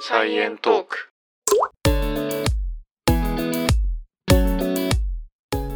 サイエントーク。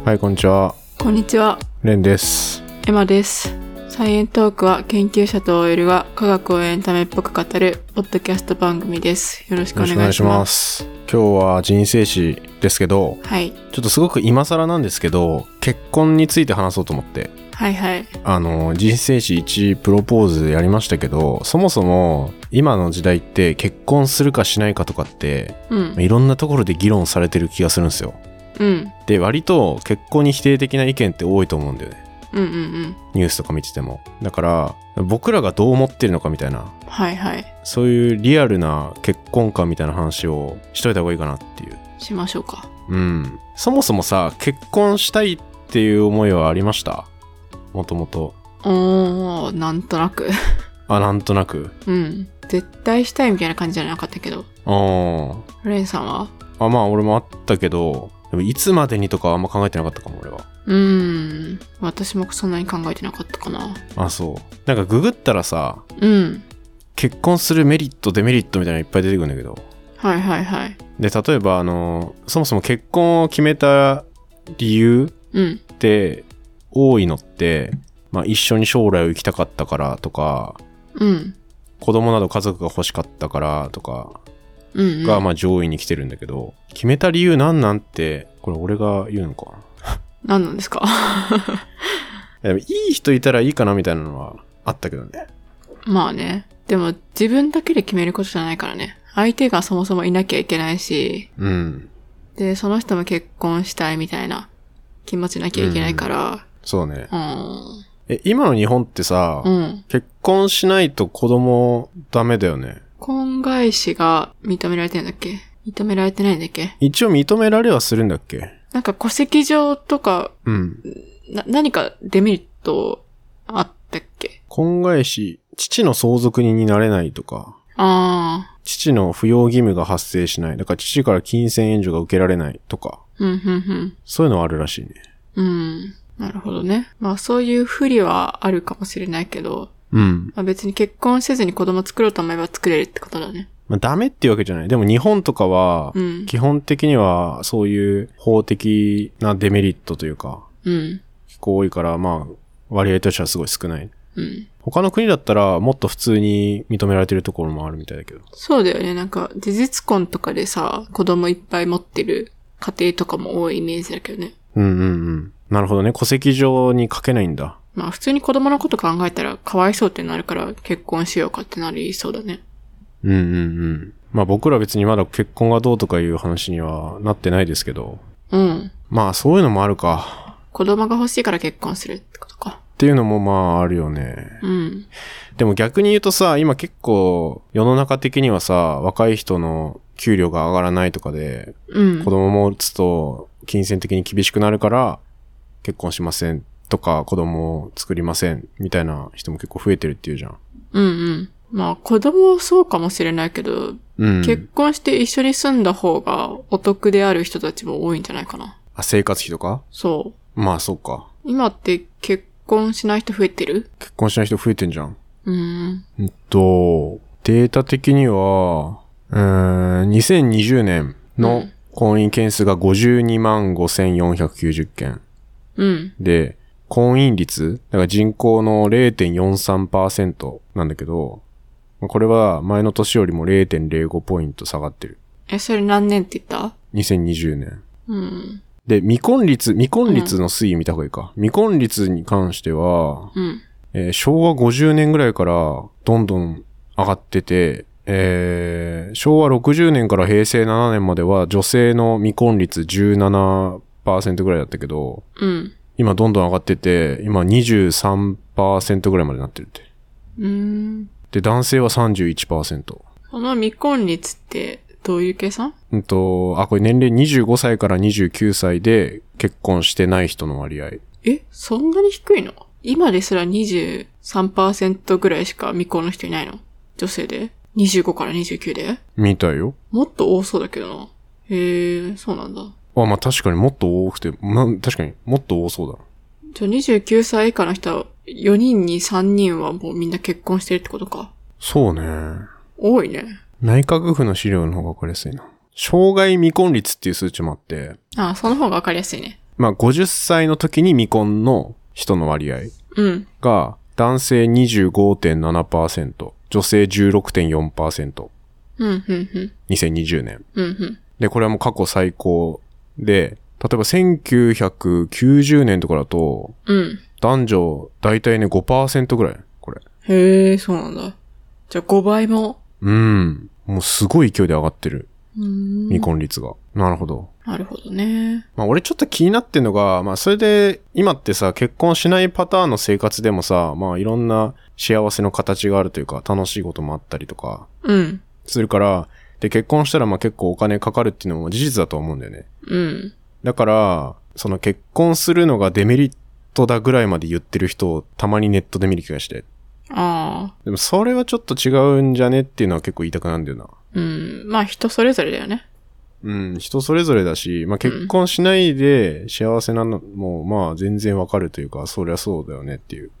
はい、こんにちは。こんにちは、レンです。エマです。サイエントークは研究者と OL が科学をエンタメっぽく語るポッドキャスト番組です。よろしくお願いします。す。今日は人生史ですけど、はい。ちょっとすごく今更なんですけど、結婚について話そうと思って。はいはい。あの、人生史1プロポーズやりましたけど、そもそも今の時代って結婚するかしないかとかって、うん。いろんなところで議論されてる気がするんですよ。うん。で、割と結婚に否定的な意見って多いと思うんだよね。うんうんうん。ニュースとか見てても。だから、僕らがどう思ってるのかみたいな、はいはい。そういうリアルな結婚観みたいな話をしといた方がいいかなっていう。しましょうか。うん。そもそもさ、結婚したいっていう思いはありましたもともと。おー、なんとなく。 あ、なんとなく。うん。絶対したいみたいな感じじゃなかったけど。あーレンさんはあ、まあ俺もあったけど、でもいつまでにとかはあんま考えてなかったかも俺は。うーん。私もそんなに考えてなかったかな。あ、そう。なんかググったらさ、うん。結婚するメリット、デメリットみたいなのいっぱい出てくるんだけど。はいはいはい。で、例えばあの、そもそも結婚を決めた理由うん。って多いのって、まあ、一緒に将来を生きたかったからとかうん。子供など家族が欲しかったからとかうん、うん。がまあ上位に来てるんだけど、決めた理由なんなんてこれ俺が言うのか何なんですかなでもいい人いたらいいかなみたいなのはあったけどねまあね。でも自分だけで決めることじゃないからね。相手がそもそもいなきゃいけないし、うんで、その人も結婚したいみたいな気持ちなきゃいけないから、そうねうん。え今の日本ってさ、うん。結婚しないと子供ダメだよね婚外子が認められてんだっけ認められてないんだっけ一応認められはするんだっけなんか戸籍上とか、うんな、何かデメリットあったっけ婚外子父の相続人になれないとかああ。父の扶養義務が発生しない。だから父から金銭援助が受けられないとか、うん、うん、うん。そういうのはあるらしいね。うん。なるほどね。まあそういう不利はあるかもしれないけど、うん。まあ別に結婚せずに子供作ろうと思えば作れるってことだね。まあ、ダメっていうわけじゃない。でも日本とかはう、ん。基本的にはそういう法的なデメリットというか、うん。結構多いから、まあ、割合としてはすごい少ない。うん。他の国だったらもっと普通に認められてるところもあるみたいだけど。そうだよね。なんか、事実婚とかでさ、子供いっぱい持ってる家庭とかも多いイメージだけどね。うんうんうん。なるほどね。戸籍上に書けないんだ。まあ普通に子供のこと考えたらかわいそうってなるから結婚しようかってなりそうだね。うんうんうん。まあ僕ら別にまだ結婚がどうとかいう話にはなってないですけど、うん。まあそういうのもあるか。子供が欲しいから結婚するってことか。っていうのもまああるよね。うん。でも逆に言うとさ、今結構世の中的にはさ、若い人の給料が上がらないとかで、うん子。供も打つと金銭的に厳しくなるから、結婚しませんとか子供を作りませんみたいな人も結構増えてるっていうじゃん。うんうん。まあ子供はそうかもしれないけど、うん。結婚して一緒に住んだ方がお得である人たちも多いんじゃないかな。あ、生活費とかそう。まあそうか。今って結婚しない人増えてる結婚しない人増えてんじゃん。うーん。うんと、データ的には、うーん、2020年うのん婚姻件数が52万5490件。うん。で、婚姻率、だから人口の0.43%なんだけど、まあこれは前の年よりも0.05ポイント下がってる。え、それ何年って言った2020年。うん。で、未婚率、未婚率の推移見た方がいいか。未婚率に関しては、うん。えー昭和50年ぐらいからどんどん上がってて、えー昭和60年から平成7年までは女性の未婚率17%ぐらいだったけど、うん。今どんどん上がってて、今23%ぐらいまでなってるって。うーん。で、男性は31%。この未婚率ってどういう計算うんと、あ、これ年齢25歳から29歳で結婚してない人の割合。え、そんなに低いの今ですら23%ぐらいしか未婚の人いないの女性で ?25 から29でみたいよ。もっと多そうだけどな。へえ、そうなんだ。あ、まあ確かにもっと多くて、まあ確かにもっと多そうだ。じゃあ29歳以下の人は、4人に3人はもうみんな結婚してるってことか。そうね。多いね。内閣府の資料の方が分かりやすいな。障害未婚率っていう数値もあって、ああ、その方がわかりやすいね。まあ50歳の時に未婚の人の割合うん。が男性25.7%、女性16.4%、うん、うん、うん。 2020年。うん、うん。で、これはもう過去最高で、例えば1990年とかだと、うん。男女大体ね5%ぐらい、これ。へえ、そうなんだ。じゃあ5倍も。うん。もうすごい勢いで上がってる、うーん。未婚率が。なるほど。なるほどね。まあ俺ちょっと気になってんのが、まあそれで今ってさ、結婚しないパターンの生活でもさ、まあいろんな幸せの形があるというか、楽しいこともあったりとか、うん。するから、で結婚したらまあ結構お金かかるっていうのも事実だと思うんだよね。うん。だから、その結婚するのがデメリットだぐらいまで言ってる人をたまにネットで見る気がして。ああ。でもそれはちょっと違うんじゃねっていうのは結構言いたくなるんだよな。うん。まあ人それぞれだよね。うん、人それぞれだし、まあ結婚しないで幸せなのも、まあ全然わかるというか、そりゃそうだよねっていう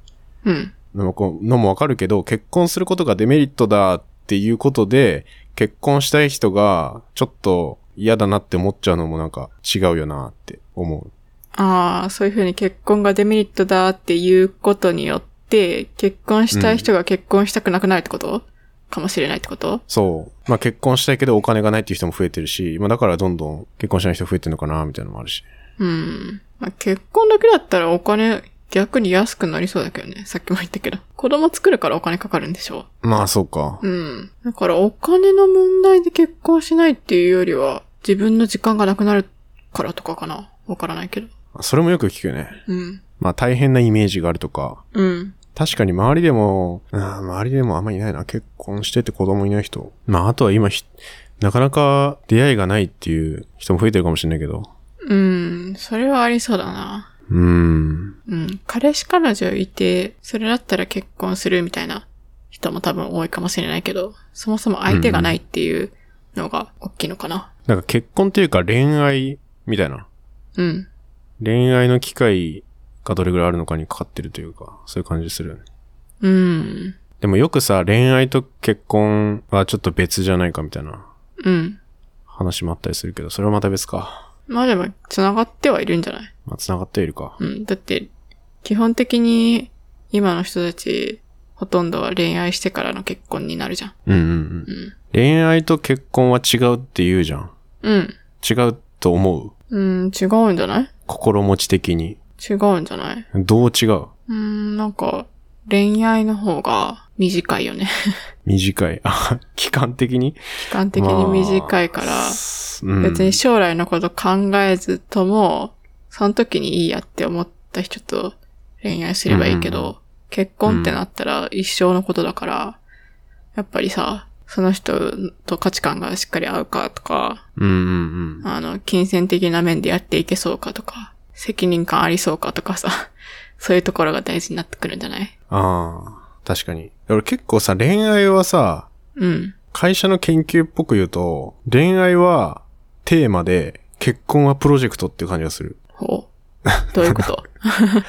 うん。のもこうのもわかるけど、結婚することがデメリットだっていうことで、結婚したい人がちょっと嫌だなって思っちゃうのもなんか違うよなって思う。ああ、そういうふうに結婚がデメリットだっていうことによって、結婚したい人が結婚したくなくなるってこと、かもしれないってことそう。まあ結婚したいけどお金がないっていう人も増えてるし、まあだからどんどん結婚しない人増えてるのかなみたいなのもあるし。うん。まあ、結婚だけだったらお金逆に安くなりそうだけどね。さっきも言ったけど。子供作るからお金かかるんでしょまあそうか。うん。だからお金の問題で結婚しないっていうよりは、自分の時間がなくなるからとかかな。わからないけど。それもよく聞くよね。うん。まあ大変なイメージがあるとか、うん。確かに周りでも、うん周りでもあんまりいないな。結婚してて子供いない人。まあ、あとは今ひ、なかなか出会いがないっていう人も増えてるかもしれないけど。うん。それはありそうだな。うーん。うん。彼氏彼女いて、それだったら結婚するみたいな人も多分多いかもしれないけど、そもそも相手がないっていうのが大きいのかな。なんか結婚っていうか恋愛みたいな。うん。恋愛の機会がどれぐらいあるのかにかかってるというか、そういう感じするよね。うん。でもよくさ、恋愛と結婚はちょっと別じゃないかみたいなうん。話もあったりするけど、それはまた別か。まあでも、繋がってはいるんじゃないまあ、繋がっているか。うん。だって、基本的に今の人たち、ほとんどは恋愛してからの結婚になるじゃん。うんうんうん。うん。恋愛と結婚は違うって言うじゃん。うん。違うと思ううん、違うんじゃない心持ち的に。違うんじゃないどう違ううん、なんか、恋愛の方が短いよね。 短い。あ、期間的に期間的に短いから、うん、別に将来のこと考えずとも、その時にいいやって思った人と恋愛すればいいけど、結婚ってなったら一生のことだから、やっぱりさ、その人と価値観がしっかり合うかとか、うんうんあの、金銭的な面でやっていけそうかとか、責任感ありそうかとかさ、 そういうところが大事になってくるんじゃないうん。ああ、確かに。俺結構さ、恋愛はさ、うん。会社の研究っぽく言うと、恋愛はテーマで、結婚はプロジェクトっていう感じがする。ほう。どういうこと だか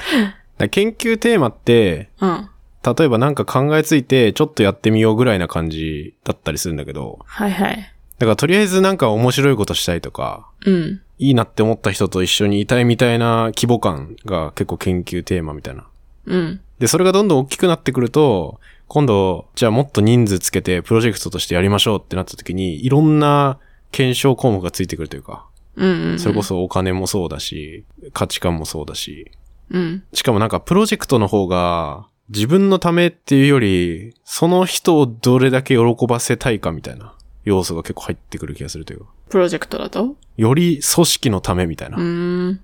ら研究テーマって、うん。例えばなんか考えついて、ちょっとやってみようぐらいな感じだったりするんだけど、はいはい。だからとりあえずなんか面白いことしたいとか、うん。いいなって思った人と一緒にいたいみたいな規模感が結構研究テーマみたいな。うん。で、それがどんどん大きくなってくると、今度、じゃあもっと人数つけてプロジェクトとしてやりましょうってなった時に、いろんな検証項目がついてくるというか、うん、うんうん。それこそお金もそうだし、価値観もそうだし、うん。しかもなんかプロジェクトの方が、自分のためっていうより、その人をどれだけ喜ばせたいかみたいな要素が結構入ってくる気がするというか、プロジェクトだとより組織のためみたいうな。ーん。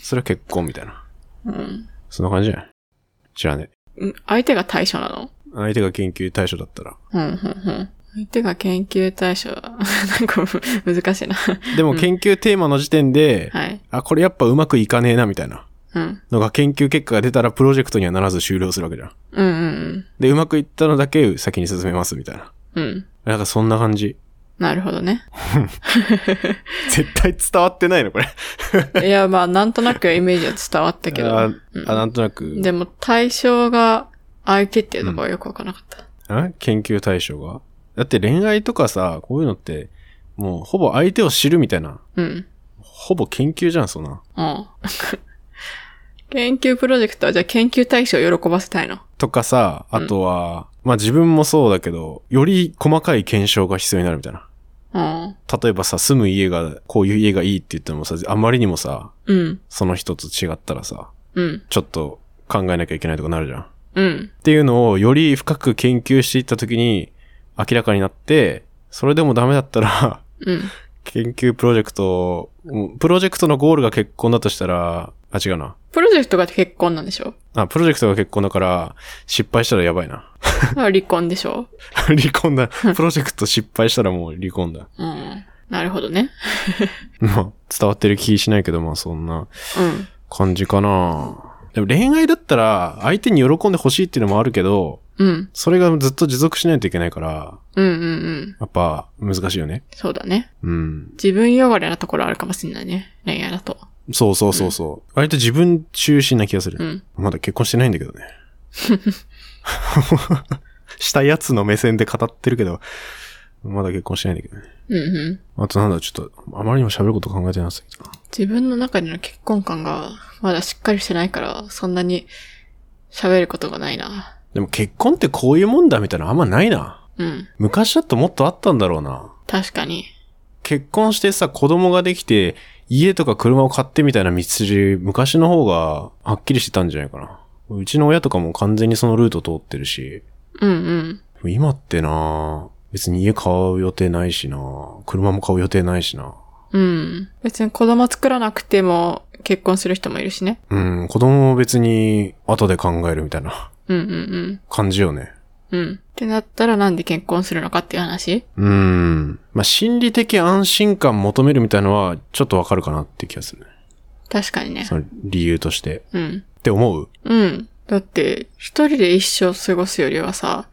それは結婚みたいな。うん。そんな感じじゃないじゃあね。うん相手が対象なの相手が研究対象だっ たら。うん、うん、うん。相手が研究対象。 なんかむ難しいな。でも研究テーマの時点で、はい。あ、これやっぱうまくいかねえなみたいなうん。のが研究結果が出たらプロジェクトにはならず終了するわけじゃん。うん、うんで、うまくいったのだけ先に進めますみたいな。うん、うん。なんかそんな感 じ。なるほどね。絶対伝わってないのこれ。いや、まあ、なんとなくイメージは伝わったけど。あうんあ、なんとなく。でも、対象が相手っていうとこはよくわからなかった。あ研究対象がだって恋愛とかさ、こういうのって、もうほぼ相手を知るみたいな、うん。ほぼ研究じゃん、そんな。うん。 研究プロジェクトはじゃあ研究対象を喜ばせたいの。とかさ、あとは、まあ自分もそうだけど、より細かい検証が必要になるみたいな。うん。例えばさ、住む家が、こういう家がいいって言ってもさ、あまりにもさ、うん。その人と違ったらさ、うん。ちょっと考えなきゃいけないとかなるじゃん。っうん。ていうのをより深く研究していった時に明らかになって、それでもダメだったら、 うん。研究プロジェクト、うんプロジェクトのゴールが結婚だとしたら、あ、違うな。プロジェクトが結婚なんでしょあ、プロジェクトが結婚だから、失敗したらやばいな。だから離婚でしょ 離 婚だ。プロジェクト失敗したらもう離婚だ。うん。なるほどね。まあ、伝わってる気しないけど、まあそんなうん。感じかな。でも恋愛だったら、相手に喜んでほしいっていうのもあるけど、うん。それがずっと持続しないといけないから、うんうんうん。やっぱ難しいよね。そうだね。うん。自分汚れなところあるかもしれないね。恋愛だと。そうそうそうそう。割と自分中心な気がする。うん。まだ結婚してないんだけ どね。したやつの目線で語ってるけど、まだ結婚してないんだけどね。うんうん。あとなんだ、ちょっと、あまりにも喋ること考えてなさい。自分の中での結婚感がまだしっかりしてないから、そんなに喋ることがないな。でも結婚ってこういうもんだみたいなのあんまないな。うん。昔だともっとあったんだろうな。確かに。結婚してさ、子供ができて、家とか車を買ってみたいな道筋、昔の方がはっきりしてたんじゃないかな。うちの親とかも完全にそのルート通ってるし、うんうん。今ってな別に家買う予定ないしな車も買う予定ないしなうん。別に子供作らなくても結婚する人もいるしね。うん、子供も別に後で考えるみたいな うんうん感じよね。うん。うん。ってなったらなんで結婚するのかっていう話うん。まあ、心理的安心感求めるみたいのはちょっとわかるかなって気がするね。確かにね。その理由として。うん。って思ううん。だって、一人で一生過ごすよりはさ、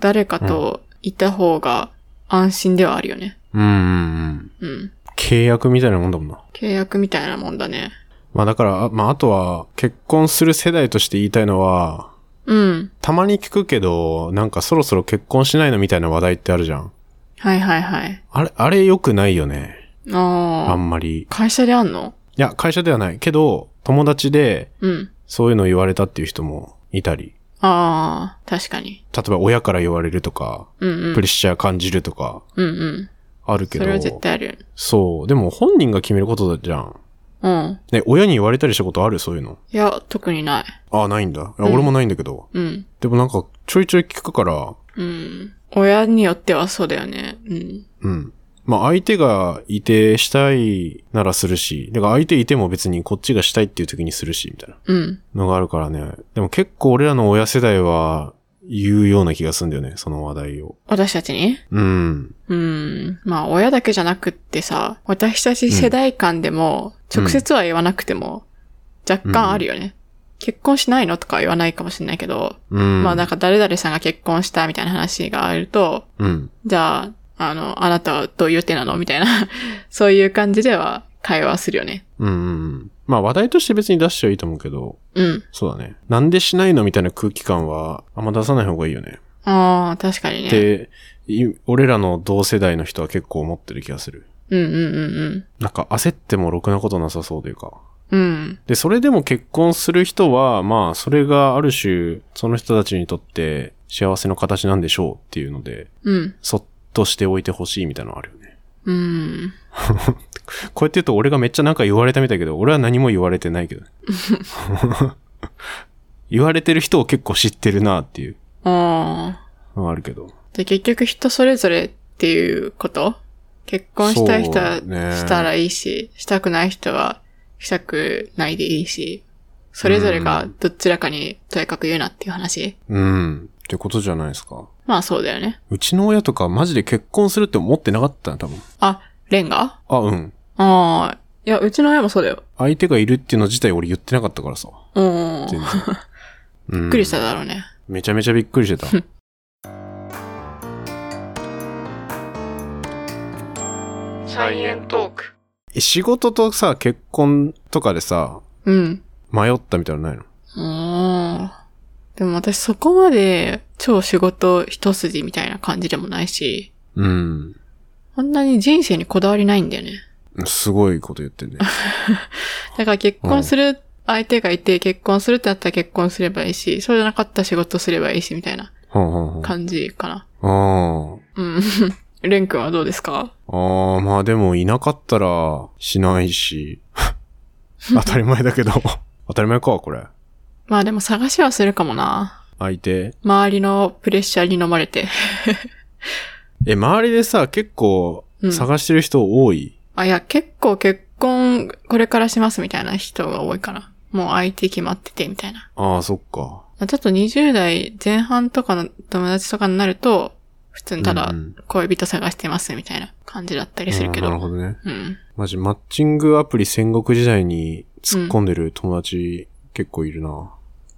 誰かといた方が安心ではあるよね。うんうんうん。うん。契約みたいなもんだもんな。契約みたいなもんだね。まあだから、あまああとは、結婚する世代として言いたいのは、うん。たまに聞くけど、なんかそろそろ結婚しないのみたいな話題ってあるじゃん。はいはいはい。あれ、あれ良くないよね。あああ。んまり。い会社であんのや、会社ではない。けど、友達で、うん。そういうのを言われたっていう人もいたり。ああ、確かに。例えば親から言われるとか、うんうプんレッ。シャー感じるとか、うんうん。あるけそど。れは絶対あるよね。そう。でも本人が決めることじゃん。うん。ね、親に言われたりしたことあるそういうの。いや、特にない。ああ、ないんだ。いやうん俺もないんだけど。うん。でもなんか、ちょいちょい聞くから、うん。親によってはそうだよね。うん。うん。まあ相手がいてしたいならするし、だから相手いても別にこっちがしたいっていう時にするし、みたいなうん。のがあるからね。でも結構俺らの親世代は言うような気がするんだよね、その話題を。私たちにうん。うん。まあ、親だけじゃなくってさ、私たち世代間でも、直接は言わなくても、若干あるよね。結婚しないのとかは言わないかもしれないけど、うん。まあなんか誰々さんが結婚したみたいな話があると、うん。じゃあ、あの、あなたはどういう手なのみたいな、 そういう感じでは会話するよね。うんうんうん。まあ話題として別に出しちゃいいと思うけど、うん。そうだね。なんでしないのみたいな空気感はあんま出さない方がいいよね。ああ、確かにっね。て、い俺らの同世代の人は結構思ってる気がする。うんうんうんなんか焦ってもろくなことなさそうというか。うん。うん。で、それでも結婚する人は、まあ、それがある種、その人たちにとって幸せの形なんでしょうっていうので、うん。そっとしておいてほしいみたいなのあるよね。うん。こうやって言うと俺がめっちゃなんか言われたみたいだけど、俺は何も言われてないけどね。言われてる人を結構知ってるなっていうああ。のはあるけど。で、結局人それぞれっていうこと結婚したい人はそうねしたらいいし、したくない人はしたくないでいいし、それぞれがどちらかにとやかく言うなっていう話。うん。ってことじゃないですか。まあそうだよね。うちの親とかマジで結婚するって思ってなかったな、多分。あ、レンガあ、うん。ああ。いや、うちの親もそうだよ。相手がいるっていうの自体俺言ってなかったからさ。うん。全び 然っ。びっくりしただろうね。めちゃめちゃびっくりしてた。サイエントーク。 え仕事とさ、結婚とかでさ、うん。迷ったみたいなのないのうん。でも私そこまで超仕事一筋みたいな感じでもないし、うん。こんなに人生にこだわりないんだよね。すごいこと言って んね。だから結婚する相手がいて、結婚するってなったら結婚すればいいし、そうじゃなかったら仕事すればいいし、みたいなはんはんはん。感じかな。あうん。 レン君はどうですかあ。ああ、まあでもいなかったらしない し。当たり前だけど。 当たり前か、これ。まあでも探しはするかもな。相手。周りのプレッシャーに飲まれて。え、周りでさ、結構うん探してる人多い。あ、いや、結構結婚これからしますみたいな人が多いかな。もう相手決まっててみたいな。ああ、そっか。ちょっと20代前半とかの友達とかになると、普通にただうんうん恋人探してますみたいな感じだったりするけど。あうーん、なるほどね。うん。マジ、マッチングアプリ戦国時代に突っ込んでる友達結構いるな。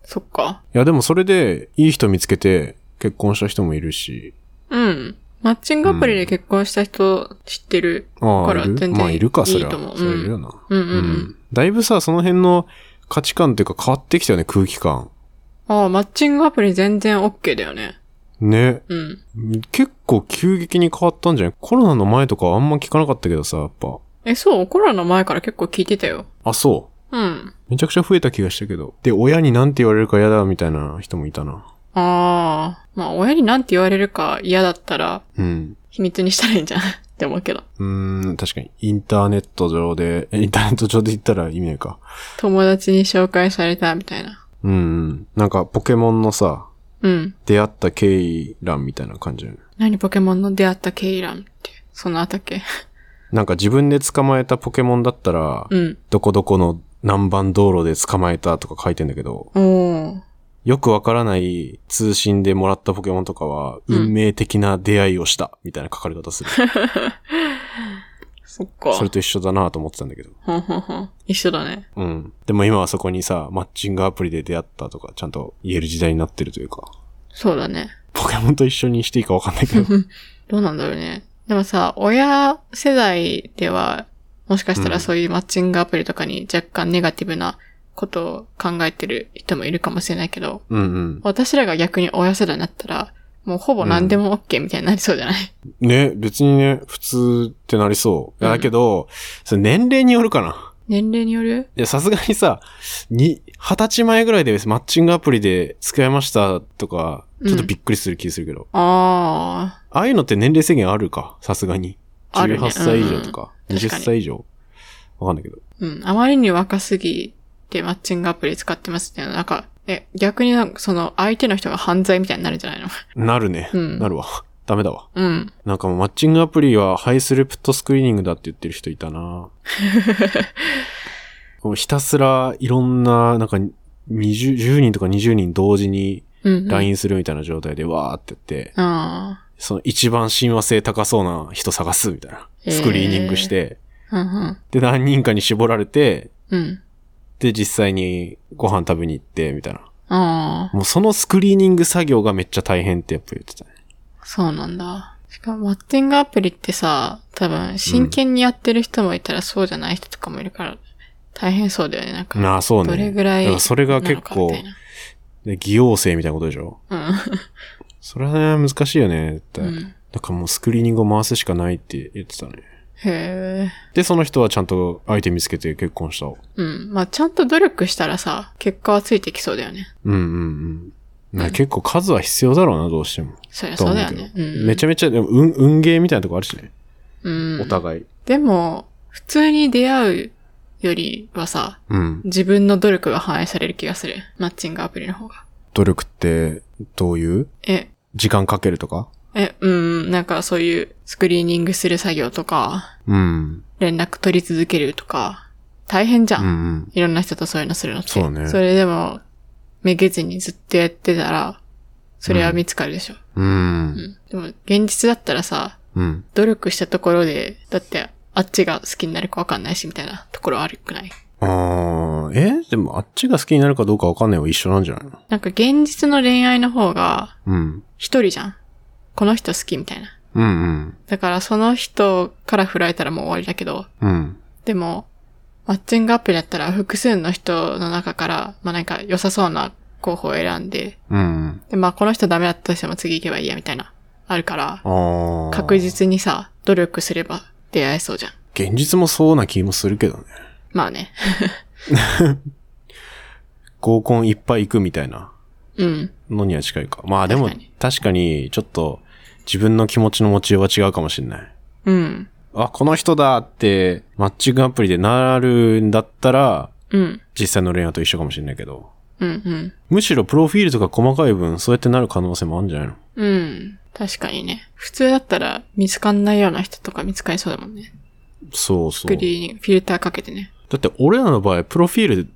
そっか。いや、でもそれでいい人見つけて結婚した人もいるし。うん。マッチングアプリで結婚した人知ってる。ああ、かいらる全然まあ、いるか、そりいゃ。いと思うそれいるよな。うん、うん、う。うんんだいぶさ、その辺の価値観っていうか変わってきたよね、空気感。ああ、マッチングアプリ全然 OK だよね。ね。うん。結構急激に変わったんじゃないコロナの前とかはあんま聞かなかったけどさ、やっぱ。え、そう、コロナの前から結構聞いてたよ。あ、そうん。う。めちゃくちゃ増えた気がしたけど。で、親になんて言われるか嫌だみたいな人もいたな。ああ。まあ、親になんて言われるか嫌だったら、うん。秘密にしたらいいんじゃない って思うけど。うーん、確かに。インターネット上で、えインターネット上で言ったら意味ないか。友達に紹介されたみたいな。うんうん。なんか、ポケモンのさ、うん。出会った経緯欄みたいな感じだよね。何ポケモンの出会った経緯欄って。そのあたっけなんか自分で捕まえたポケモンだったら、うん。どこどこの南蛮道路で捕まえたとか書いてんだけど、おー。よくわからない通信でもらったポケモンとかは、うん運命的な出会いをした、みたいな書かれ方する。そっか。それと一緒だなと思ってたんだけど。ほんほんほん。一緒だね。うん。でも今はそこにさ、マッチングアプリで出会ったとか、ちゃんと言える時代になってるというか、そうだね。ポケモンと一緒にしていいかわかんないけど。どうなんだろうね。でもさ、親世代では、もしかしたうらんそういうマッチングアプリとかに若干ネガティブなことを考えてる人もいるかもしれないけど、うんうん。私らが逆に親世代になったら、もうほぼ何でも OK みたいになりそうじゃない、ね、別にね、普通ってなりそう。いやうんだけど、それ年齢によるかな。年齢によるいや、さすがにさ、に、二十歳前ぐらいでマッチングアプリで付き合いましたとか、ちょっとびっくりする気するけど。ああ、ああいうのって年齢制限あるかさすがに。あるね18歳以上とか、うん20確かに歳以上わかんないけど。うん。あまりに若すぎてマッチングアプリ使ってますっていうのはなんか、え、逆になんかその相手の人が犯罪みたいになるんじゃないのなるね。うんなるわ。ダメだわ。うん。なんかもうマッチングアプリはハイスルプットスクリーニングだって言ってる人いた なもうひたすらいろんな、なんか20、10人とか20人同時にうん。 LINE するみたいな状態でわーってやって、あその一番親和性高そうな人探すみたいな。へースクリーニングして、あ。うんうん。で、何人かに絞られて、うん。で、実際にご飯食べに行って、みたいな。あもうそのスクリーニング作業がめっちゃ大変ってやっぱ言ってたね。あ、そうなんだ。しかもマッチングアプリってさ、多分真剣にやってる人もいたらそうじゃない人とかもいるから、大変そうだよね。なんか、なあ、そうね。どれぐらいだからそれながの結かみ構た、いな。ね偽陽性みたいなことでしょそれはね、難しいよね、絶対。うん。うん。だからもうスクリーニングを回すしかないって言ってたね。へえ。で、その人はちゃんと相手見つけて結婚した。うん。まあ、ちゃんと努力したらさ、結果はついてきそうだよね。うんうんうん。ね結構数は必要だろうな、どうしても。そりゃとそうは思だよけどね。うん。めちゃ、ゃめちゃ、でも、運、運ゲーみたいなとこあるしね。うん、お互い。でも、普通に出会うよりはさ、うん。自分の努力が反映される気がする。マッチングアプリの方が。努力って、どういうえ、時間かけるとかえ、うん、なんかそういうスクリーニングする作業とか、うん。連絡取り続けるとか、大変じゃ。うんんいろんな人とそういうのするのって。そうねそれでも、めげずにずっとやってたら、それは見つかるでしょ。うん。うんうん、でも、現実だったらさ、うん。努力したところで、だって、あっちが好きになるかわかんないし、みたいなところ悪くないあー、えでもあっちが好きになるかどうかわかんないは一緒なんじゃないのなんか現実の恋愛の方が、うん。一人じゃん。この人好きみたいな。うんうん。だからその人から振られたらもう終わりだけど、うん。でも、マッチングアプリだったら複数の人の中から、まあなんか良さそうな候補を選んで、うん。で、まあこの人ダメだったとしても次行けばいいやみたいな、あるから、ああ。確。実にさ、努力すれば出会えそうじゃん。現実もそうな気もするけどね。まあね。 合コンいっぱい行くみたいなうん。のには近いか。まあでも確かに、確かに、ちょっと、自分の気持ちの持ちようは違うかもしれない。うん。あ、この人だって、マッチングアプリでなるんだったら、うん。実際の恋愛と一緒かもしれないけど。うん。むしろプロフィールとか細かい分、そうやってなる可能性もあるんじゃないのうん。うん。確かにね。普通だったら見つかんないような人とか見つかりそうだもんね。そうそう。グリーン、フィルターかけてね。だって俺らの場合、プロフィール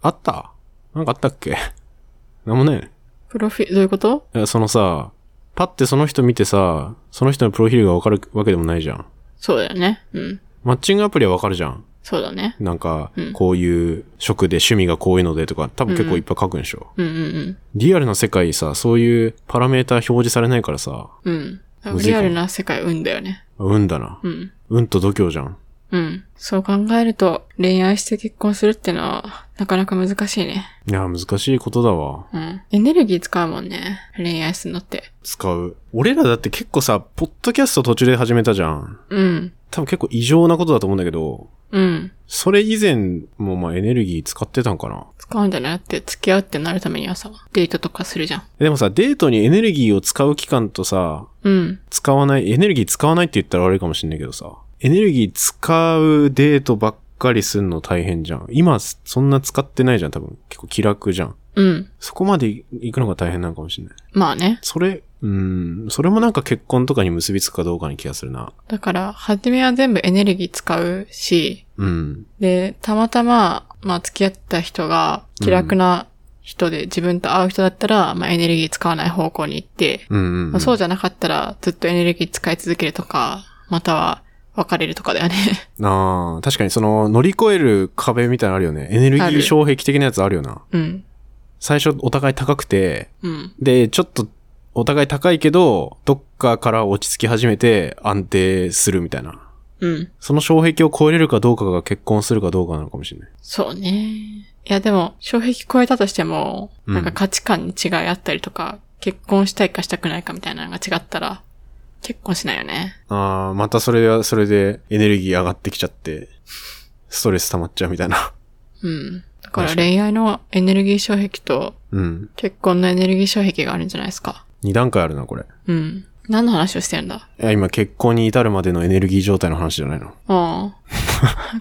あったなんかあったっけ なんもねプロフィ、どういうことえ。そのさ、パってその人見てさ、その人のプロフィールがわかるわけでもないじゃん。そうだよね。うん。マッチングアプリはわかるじゃん。そうだね。なんかう、んこういう職で趣味がこういうのでとか、多分結構いっぱい書くんでしょ。うんうんリアルな世界さ、そういうパラメーター表示されないからさ、うん。うん。むずいリかもアルな世界運だよね。運だな。うん。運と度胸じゃん。うん。そう考えると、恋愛して結婚するってのは、なかなか難しいね。いや、難しいことだわ。うん。エネルギー使うもんね。恋愛するのって。使う。俺らだって結構さ、ポッドキャスト途中で始めたじゃん。うん。多分結構異常なことだと思うんだけど、うん。それ以前もまあエネルギー使ってたんかな。使うんじゃなくて、付き合うってなるためにはさ、デートとかするじゃん。でもさ、デートにエネルギーを使う期間とさ、うん。使わない、エネルギー使わないって言ったら悪いかもしんないけどさ、エネルギー使うデートばっかりすんの大変じゃん。今、そんな使ってないじゃん、多分。結構気楽じゃん。うん。そこまで行くのが大変なのかもしんない。まあね。それ、うん、それもなんか結婚とかに結びつくかどうかに気がするな。だから、初めは全部エネルギー使うし、うん。で、たまたま、まあ付き合った人が気楽な人で自分と会う人だったら、まあエネルギー使わない方向に行って、うん、うんうん。まあそうじゃなかったらずっとエネルギー使い続けるとか、または別れるとかだ よね。ああ、確かにその乗り越える壁みたいなのあるよね。エネルギあーる障壁的なやつあるよな。うん。最初お互い高くて、うん。で、ちょっとお互い高いけど、どっかから落ち着き始めて安定するみたいな。うん。その障壁を超えれるかどうかが結婚するかどうかなのかもしれない。そうね。いやでも、障壁超えたとしても、うんなんか価値観に違いあったりとか、結婚したいかしたくないかみたいなのが違ったら、結婚しないよね。ああ、またそれはそれでエネルギー上がってきちゃって、ストレス溜まっちゃうみたいな。 うん。だから確かに恋愛のエネルギー障壁とうん。結婚のエネルギー障壁があるんじゃないですか。二段階あるな、これ。うん。何の話をしてるんだいや、今結婚に至るまでのエネルギー状態の話じゃないの。 うん。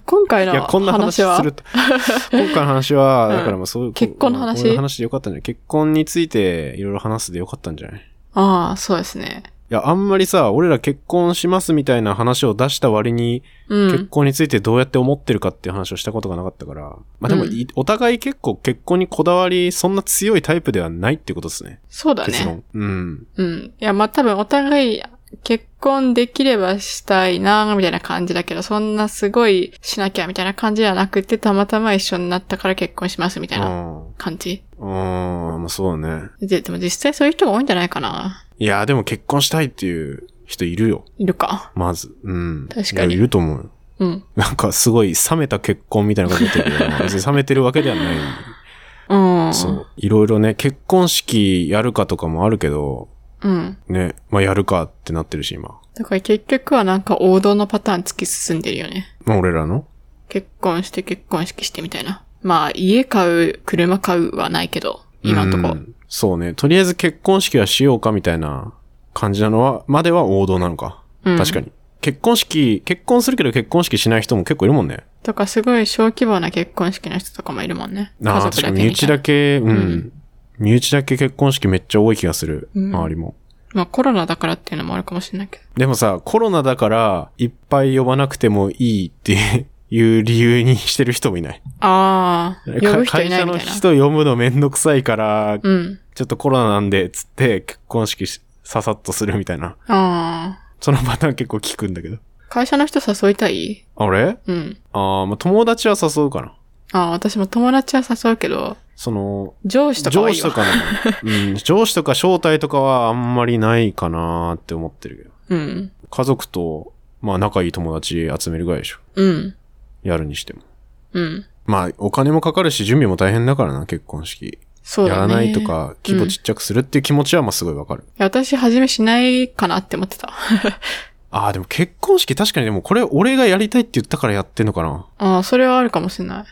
今回のいや、こんな話話はすると。 今回の話は、うんだからもうそういう。結婚の話こういう話でよかったんじゃない結婚についていろいろ話すでよかったんじゃないいああ、そうですね。や、あんまりさ、俺ら結婚しますみたいな話を出した割に、う結ん。婚についてどうやって思ってるかっていう話をしたことがなかったから。まあでも、うんいお互い結構結婚にこだわり、そんな強いタイプではないってことですね。そうだ結ね。論。うん。うん。いや、まあ、多分お互い結婚できればしたいな、みたいな感じだけど、そんなすごいしなきゃみたいな感じじゃなくて、たまたま一緒になったから結婚しますみたいな感じ。うん。うん、まあそうだね。で、でも実際そういう人が多いんじゃないかな。いや、でも結婚したいっていう人いるよ。いるか。まず。うん。確かにいやいると思うよ。うん。なんかすごい冷めた結婚みたいな感じだったけど、別に冷めてるわけではない。うん。そう。いろいろね、結婚式やるかとかもあるけど、うん。ね、まあやるかってなってるし、今。だから結局はなんか王道のパターン突き進んでるよね。まあ俺らの結婚して結婚式してみたいな。まあ、家買う、車買うはないけど、今んとうこ。んそうね。とりあえず結婚式はしようかみたいな感じなのは、までは王道なのか。うん確かに。結婚式、結婚するけど結婚式しない人も結構いるもんね。とかすごい小規模な結婚式の人とかもいるもんね。あ家あ、族確かだけみたいに身な内だけ、うん。うん身内だけ結婚式めっちゃ多い気がする。うん周りも。まあコロナだからっていうのもあるかもしれないけど。でもさ、コロナだから、いっぱい呼ばなくてもいいっていう理由にしてる人もいない。ああ、呼ぶ人いないみ会たいな社の。人呼ぶのめんどくさいから、うん。ちょっとコロナなんで、つって結婚式しささっとするみたいな。ああ。そのパターン結構聞くんだけど。会社の人誘いたいあれうん。ああ、まあ、友達は誘うかな。ああ、私も友達は誘うけど、その、上司とかは上いい司とわ。かの、 うん、上司とか招待とかはあんまりないかなーって思ってるけうど。ん。家族と、まあ仲いい友達集めるぐらいでしょ。うん。やるにしても。うん。まあ、お金もかかるし、準備も大変だからな、結婚式。そうやだね。らないと。か、規模ちっちゃくするっていう気持ちはまあすごいわかる。いや、私、始めしないかなって思ってた。ああ、でも結婚式確かにでもこれ俺がやりたいって言ったからやってんのかな。ああ、それはあるかもしれない。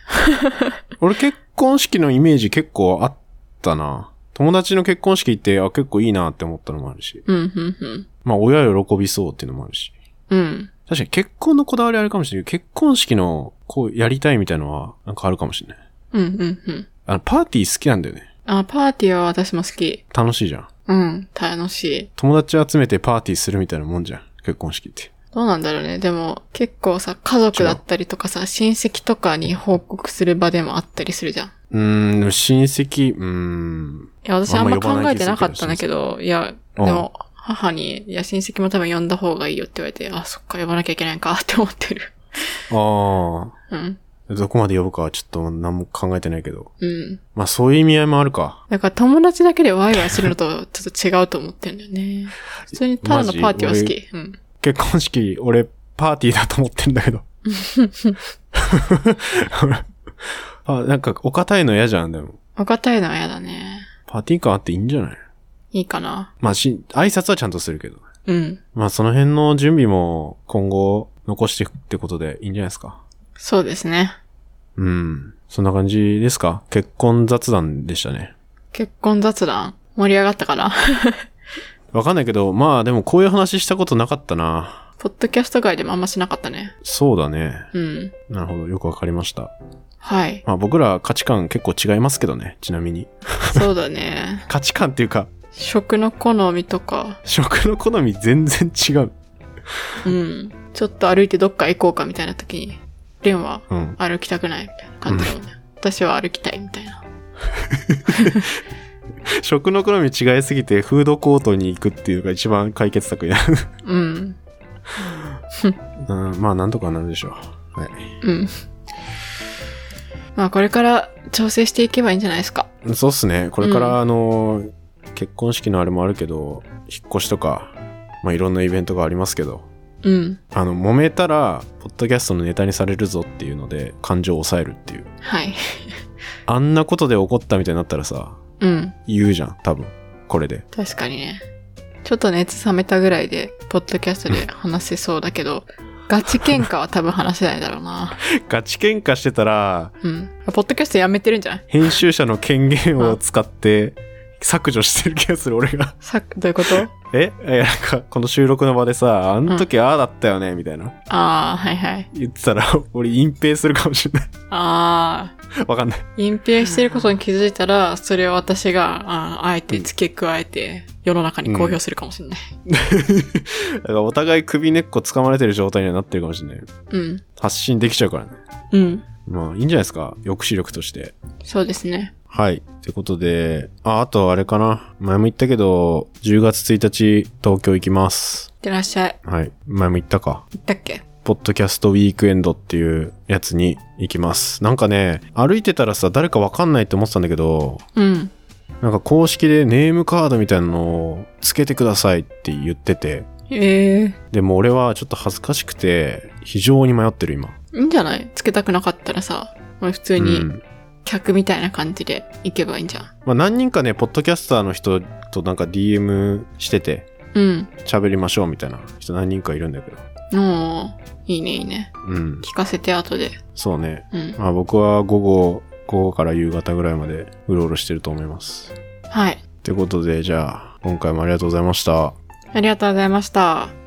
俺結婚式のイメージ結構あったな。友達の結婚式行って、あ、結構いいなって思ったのもあるし。うん、うん、うん。まあ親喜びそうっていうのもあるし。うん。確かに結婚のこだわりあるかもしれないけど、結婚式のこうやりたいみたいのはなんかあるかもしれない。うん、うん、うん。あの、パーティー好きなんだよね。あ、パーティーは私も好き。楽しいじゃん。うん、楽しい。友達集めてパーティーするみたいなもんじゃん。結婚式って。どうなんだろうね。でも、結構さ、家族だったりとかさ、親戚とかに報告する場でもあったりするじゃん。いうーん、でも親戚、うーん。や、私ああんんまま呼ばない考えてなかったんだけど、いや、うんでも、母に、いや、親戚も多分呼んだ方がいいよって言われて、あ、そっか、呼ばなきゃいけないんか って思ってる。あうん。あ、どこまで呼ぶかはちょっと何も考えてないけど。うん。まあそういう意味合いもあるか。だから友達だけでワイワイするのとちょっと違うと思ってるんだよ ね。普通にただのパーティーは好き。うん。結婚式、俺、パーティーだと思ってんだけど。あ、なんか、お堅いの嫌じゃん、でも。お堅いのは嫌だね。パーティー感あっていいんじゃないいいかな。まあ、し、挨拶はちゃんとするけど。うん。まあ、その辺の準備も今後残していくってことでいいんじゃないですか。そうですね。うん。そんな感じですか結婚雑談でしたね。結婚雑談盛り上がったかな わかんないけど、まあでもこういう話したことなかったな。ポッドキャスト界でもあんましなかったね。そうだね。うん。なるほど。よくわかりました。はい。まあ僕ら価値観結構違いますけどね。ちなみに。そうだね。価値観っていうか、食の好みとか、食の好み全然違う。うん。ちょっと歩いてどっか行こうかみたいな時に、レンはうん。歩きたくないみたいな感じだもんね。私は歩きたいみたいな。食の好み違いすぎてフードコートに行くっていうのが一番解決策になる。うん。 うん、まあなんとかなるでしょう。はい。うん。まあこれから調整していけばいいんじゃないですか。そうっすね。これから、うんあの、結婚式のあれもあるけど、引っ越しとか、まあ、いろんなイベントがありますけど、うん。あの、揉めたら、ポッドキャストのネタにされるぞっていうので、感情を抑えるっていう。はい。あんなことで怒ったみたいになったらさ、うん。言うじゃん、多分。これで。確かにね。ちょっと熱冷めたぐらいで、ポッドキャストで話せそうだけど、ガチ喧嘩は多分話せないだろうな。ガチ喧嘩してたら、うん。ポッドキャストやめてるんじゃない編集者の権限を使って、削除してる気がする、俺が。 さどういうことえいや、なんか、この収録の場でさ、あの時ああだったよね、みたいな。ああ、はいはい。言ってたら、 俺隠蔽するかもしれない。 ああ、わかんない。 隠蔽してることに気づいたら、それを私が、あーあえて付け加えて、世の中に公表するかもしれない。だからお互い首根っこ掴まれてる状態にはなってるかもしれない。うん。発信できちゃうからね。うん。まあ、いいんじゃないですか。抑止力として。そうですね。はい。ってことで、あ、あとあれかな。前も言ったけど、10月1日、東京行きますいっ。てらっしゃい。はい。前も言ったか。行ったっけポッドキャストウィークエンドっていうやつに行きます。なんかね、歩いてたらさ、誰かわかんないって思ってたんだけど、うん。なんか公式でネームカードみたいなのをつけてくださいって言ってて、ええでも俺はちょっと恥ずかしくて、非常に迷ってる今。いいんじゃないつけたくなかったらさ、もう普通うにん客みたいな感じで行けばいいんじゃん。まあ、何人かね、ポッドキャスターの人となんか DM してて、うん。喋りましょうみたいな人何人かいるんだけど。おーいいねいいね。うん、聞かせて後で。そうね。うん。まあ僕は午後、午後から夕方ぐらいまでうろうろしてると思います。はい。ってことで、じゃあ、今回もありがとうございました。ありがとうございました。